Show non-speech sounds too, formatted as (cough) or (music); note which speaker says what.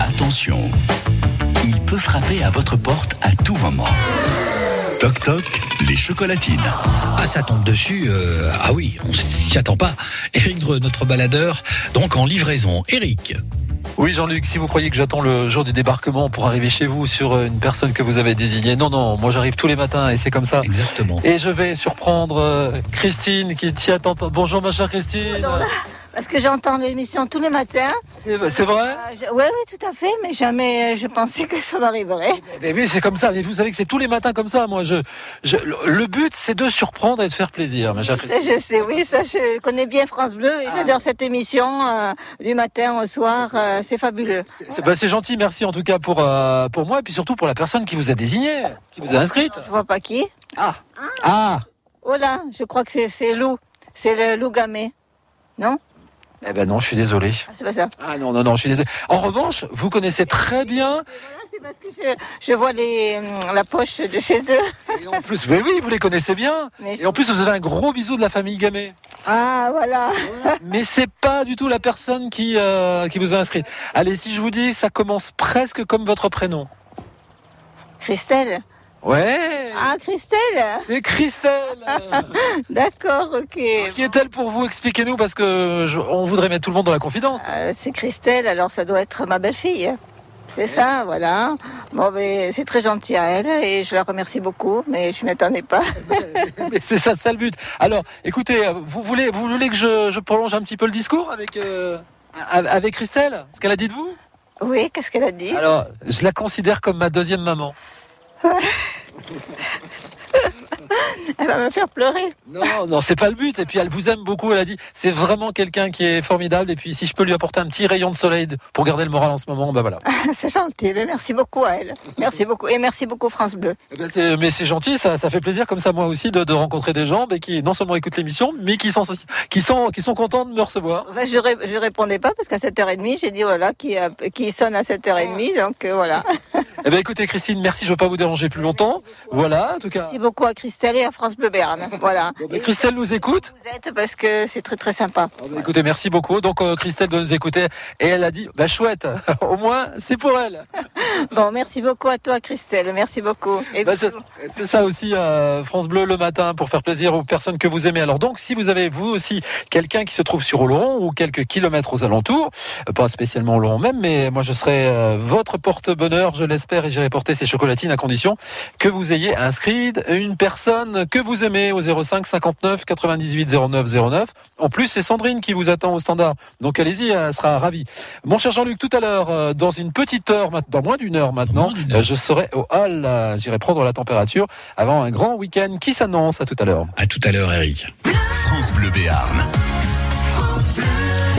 Speaker 1: Attention, il peut frapper à votre porte à tout moment. Toc toc, les chocolatines.
Speaker 2: Ah, ça tombe dessus. euh, ah oui, on s'y attend pas. Eric Dreux, notre baladeur, donc en livraison. Eric,
Speaker 3: Oui, Jean-Luc, si vous croyez que j'attends le jour du débarquement pour arriver chez vous sur euh, une personne que vous avez désignée, non, non, moi j'arrive tous les matins et c'est comme ça.
Speaker 2: exactement.
Speaker 3: Et je vais surprendre euh, Christine qui t'y attend pas. Bonjour ma chère Christine.
Speaker 4: Parce que j'entends l'émission tous les matins.
Speaker 3: C'est c'est vrai
Speaker 4: Euh, je- Oui, oui, tout à fait, mais jamais euh, je pensais que ça m'arriverait.
Speaker 3: Mais Eh oui, c'est comme ça. Mais vous savez que c'est tous les matins comme ça. Moi, je, je- le but, c'est de surprendre et de faire plaisir, ma chère
Speaker 4: Ça,
Speaker 3: Christine.
Speaker 4: je sais, oui, ça, je connais bien France Bleu et j'adore cette émission euh, du matin au soir. euh, c'est fabuleux.
Speaker 3: C'est bah, c'est gentil, merci en tout cas pour, euh, pour moi et puis surtout pour la personne qui vous a désignée, qui vous a inscrite.
Speaker 4: Je vois pas qui.
Speaker 3: Ah
Speaker 4: Oh là, je crois que c'est- c'est Lou. C'est le Lou Gamet.
Speaker 3: Eh ben non, je suis désolé.
Speaker 4: Ah, c'est pas ça.
Speaker 3: Ah non, non, non, je suis désolé. En revanche, vous connaissez très bien.
Speaker 4: Voilà, c'est parce que je, je vois les, hum, la poche de chez eux.
Speaker 3: Et en plus, mais oui, vous les connaissez bien.
Speaker 4: Mais je-
Speaker 3: Et en plus, vous avez un gros bisou de la famille Gamet.
Speaker 4: Ah, voilà.
Speaker 3: Mais c'est pas du tout la personne qui, euh, qui vous a inscrite. Allez, si je vous dis, ça commence presque comme votre prénom.
Speaker 4: Christelle.
Speaker 3: Ouais
Speaker 4: Ah, Christelle
Speaker 3: C'est
Speaker 4: (laughs)
Speaker 3: Christelle
Speaker 4: D'accord, ok.
Speaker 3: Qui est-elle pour vous Expliquez-nous, parce que je- on voudrait mettre tout le monde dans la
Speaker 4: (laughs)
Speaker 3: confidence.
Speaker 4: Euh, c'est Christelle, alors ça doit être ma belle-fille. C'est ça, voilà. Bon, ben, c'est très gentil à elle et je la remercie beaucoup, mais je ne m'attendais pas.
Speaker 3: Mais c'est ça, ça le but. Alors, écoutez, euh, vous voulez, vous voulez que je, je prolonge un petit peu le discours avec, euh, a- avec Christelle Ce qu'elle a dit de vous
Speaker 4: Oui, qu'est-ce qu'elle a dit
Speaker 3: Alors, je la considère comme ma deuxième maman.
Speaker 4: Elle va me faire pleurer. (laughs)
Speaker 3: Non, non, c'est pas le but. Et puis elle vous aime beaucoup. Elle a dit, c'est vraiment quelqu'un qui est formidable. Et puis si je peux lui apporter un petit rayon de soleil de- pour garder le moral en ce moment, bah voilà.
Speaker 4: c'est gentil, mais merci beaucoup à elle. Merci beaucoup. Et merci beaucoup France Bleu.
Speaker 3: Eh ben, c'est- mais c'est gentil, ça, ça fait plaisir comme ça moi aussi de, de rencontrer des gens, mais qui non seulement écoutent l'émission, mais qui sont qui sont qui sont contents de me recevoir.
Speaker 4: Pour ça, je ne répondais pas parce qu'à 7h30, j'ai dit voilà, qui, a- qui sonne à 7h30, donc euh, voilà.
Speaker 3: Eh ben écoutez Christine, merci, je veux pas vous déranger plus longtemps. Voilà, en tout cas.
Speaker 4: Merci beaucoup à Christelle et à France Bleu
Speaker 3: (laughs)
Speaker 4: Berne. Voilà.
Speaker 3: Et Christelle nous écoute.
Speaker 4: Vous êtes parce que c'est très très sympa.
Speaker 3: Eh ben, Écoutez, merci beaucoup. Donc euh, Christelle doit nous écouter et elle a dit, bah chouette, (laughs) au moins c'est pour elle.
Speaker 4: Bon, merci beaucoup à toi Christelle, merci beaucoup. Et
Speaker 3: Bah, c'est-
Speaker 4: bisous.
Speaker 3: C'est ça aussi, euh, France Bleu le matin, pour faire plaisir aux personnes que vous aimez. Alors donc, si vous avez vous aussi quelqu'un qui se trouve sur Oloron ou quelques kilomètres aux alentours, euh, pas spécialement Oloron même, mais moi je serai euh, votre porte-bonheur, je l'espère, et j'irai porter ces chocolatines à condition que vous ayez inscrit une personne que vous aimez au 05 59 98 09 09. En plus, c'est Sandrine qui vous attend au standard. Donc allez-y, elle sera ravie. Mon cher Jean-Luc, tout à l'heure, euh, dans une petite heure, maintenant- dans moins d'une heure maintenant,
Speaker 2: moins d'une heure.
Speaker 3: euh, je serai au hall, euh, j'irai prendre la température avant un grand week-end qui s'annonce à tout à l'heure.
Speaker 2: À tout à l'heure, Eric.
Speaker 1: France Bleu Béarn.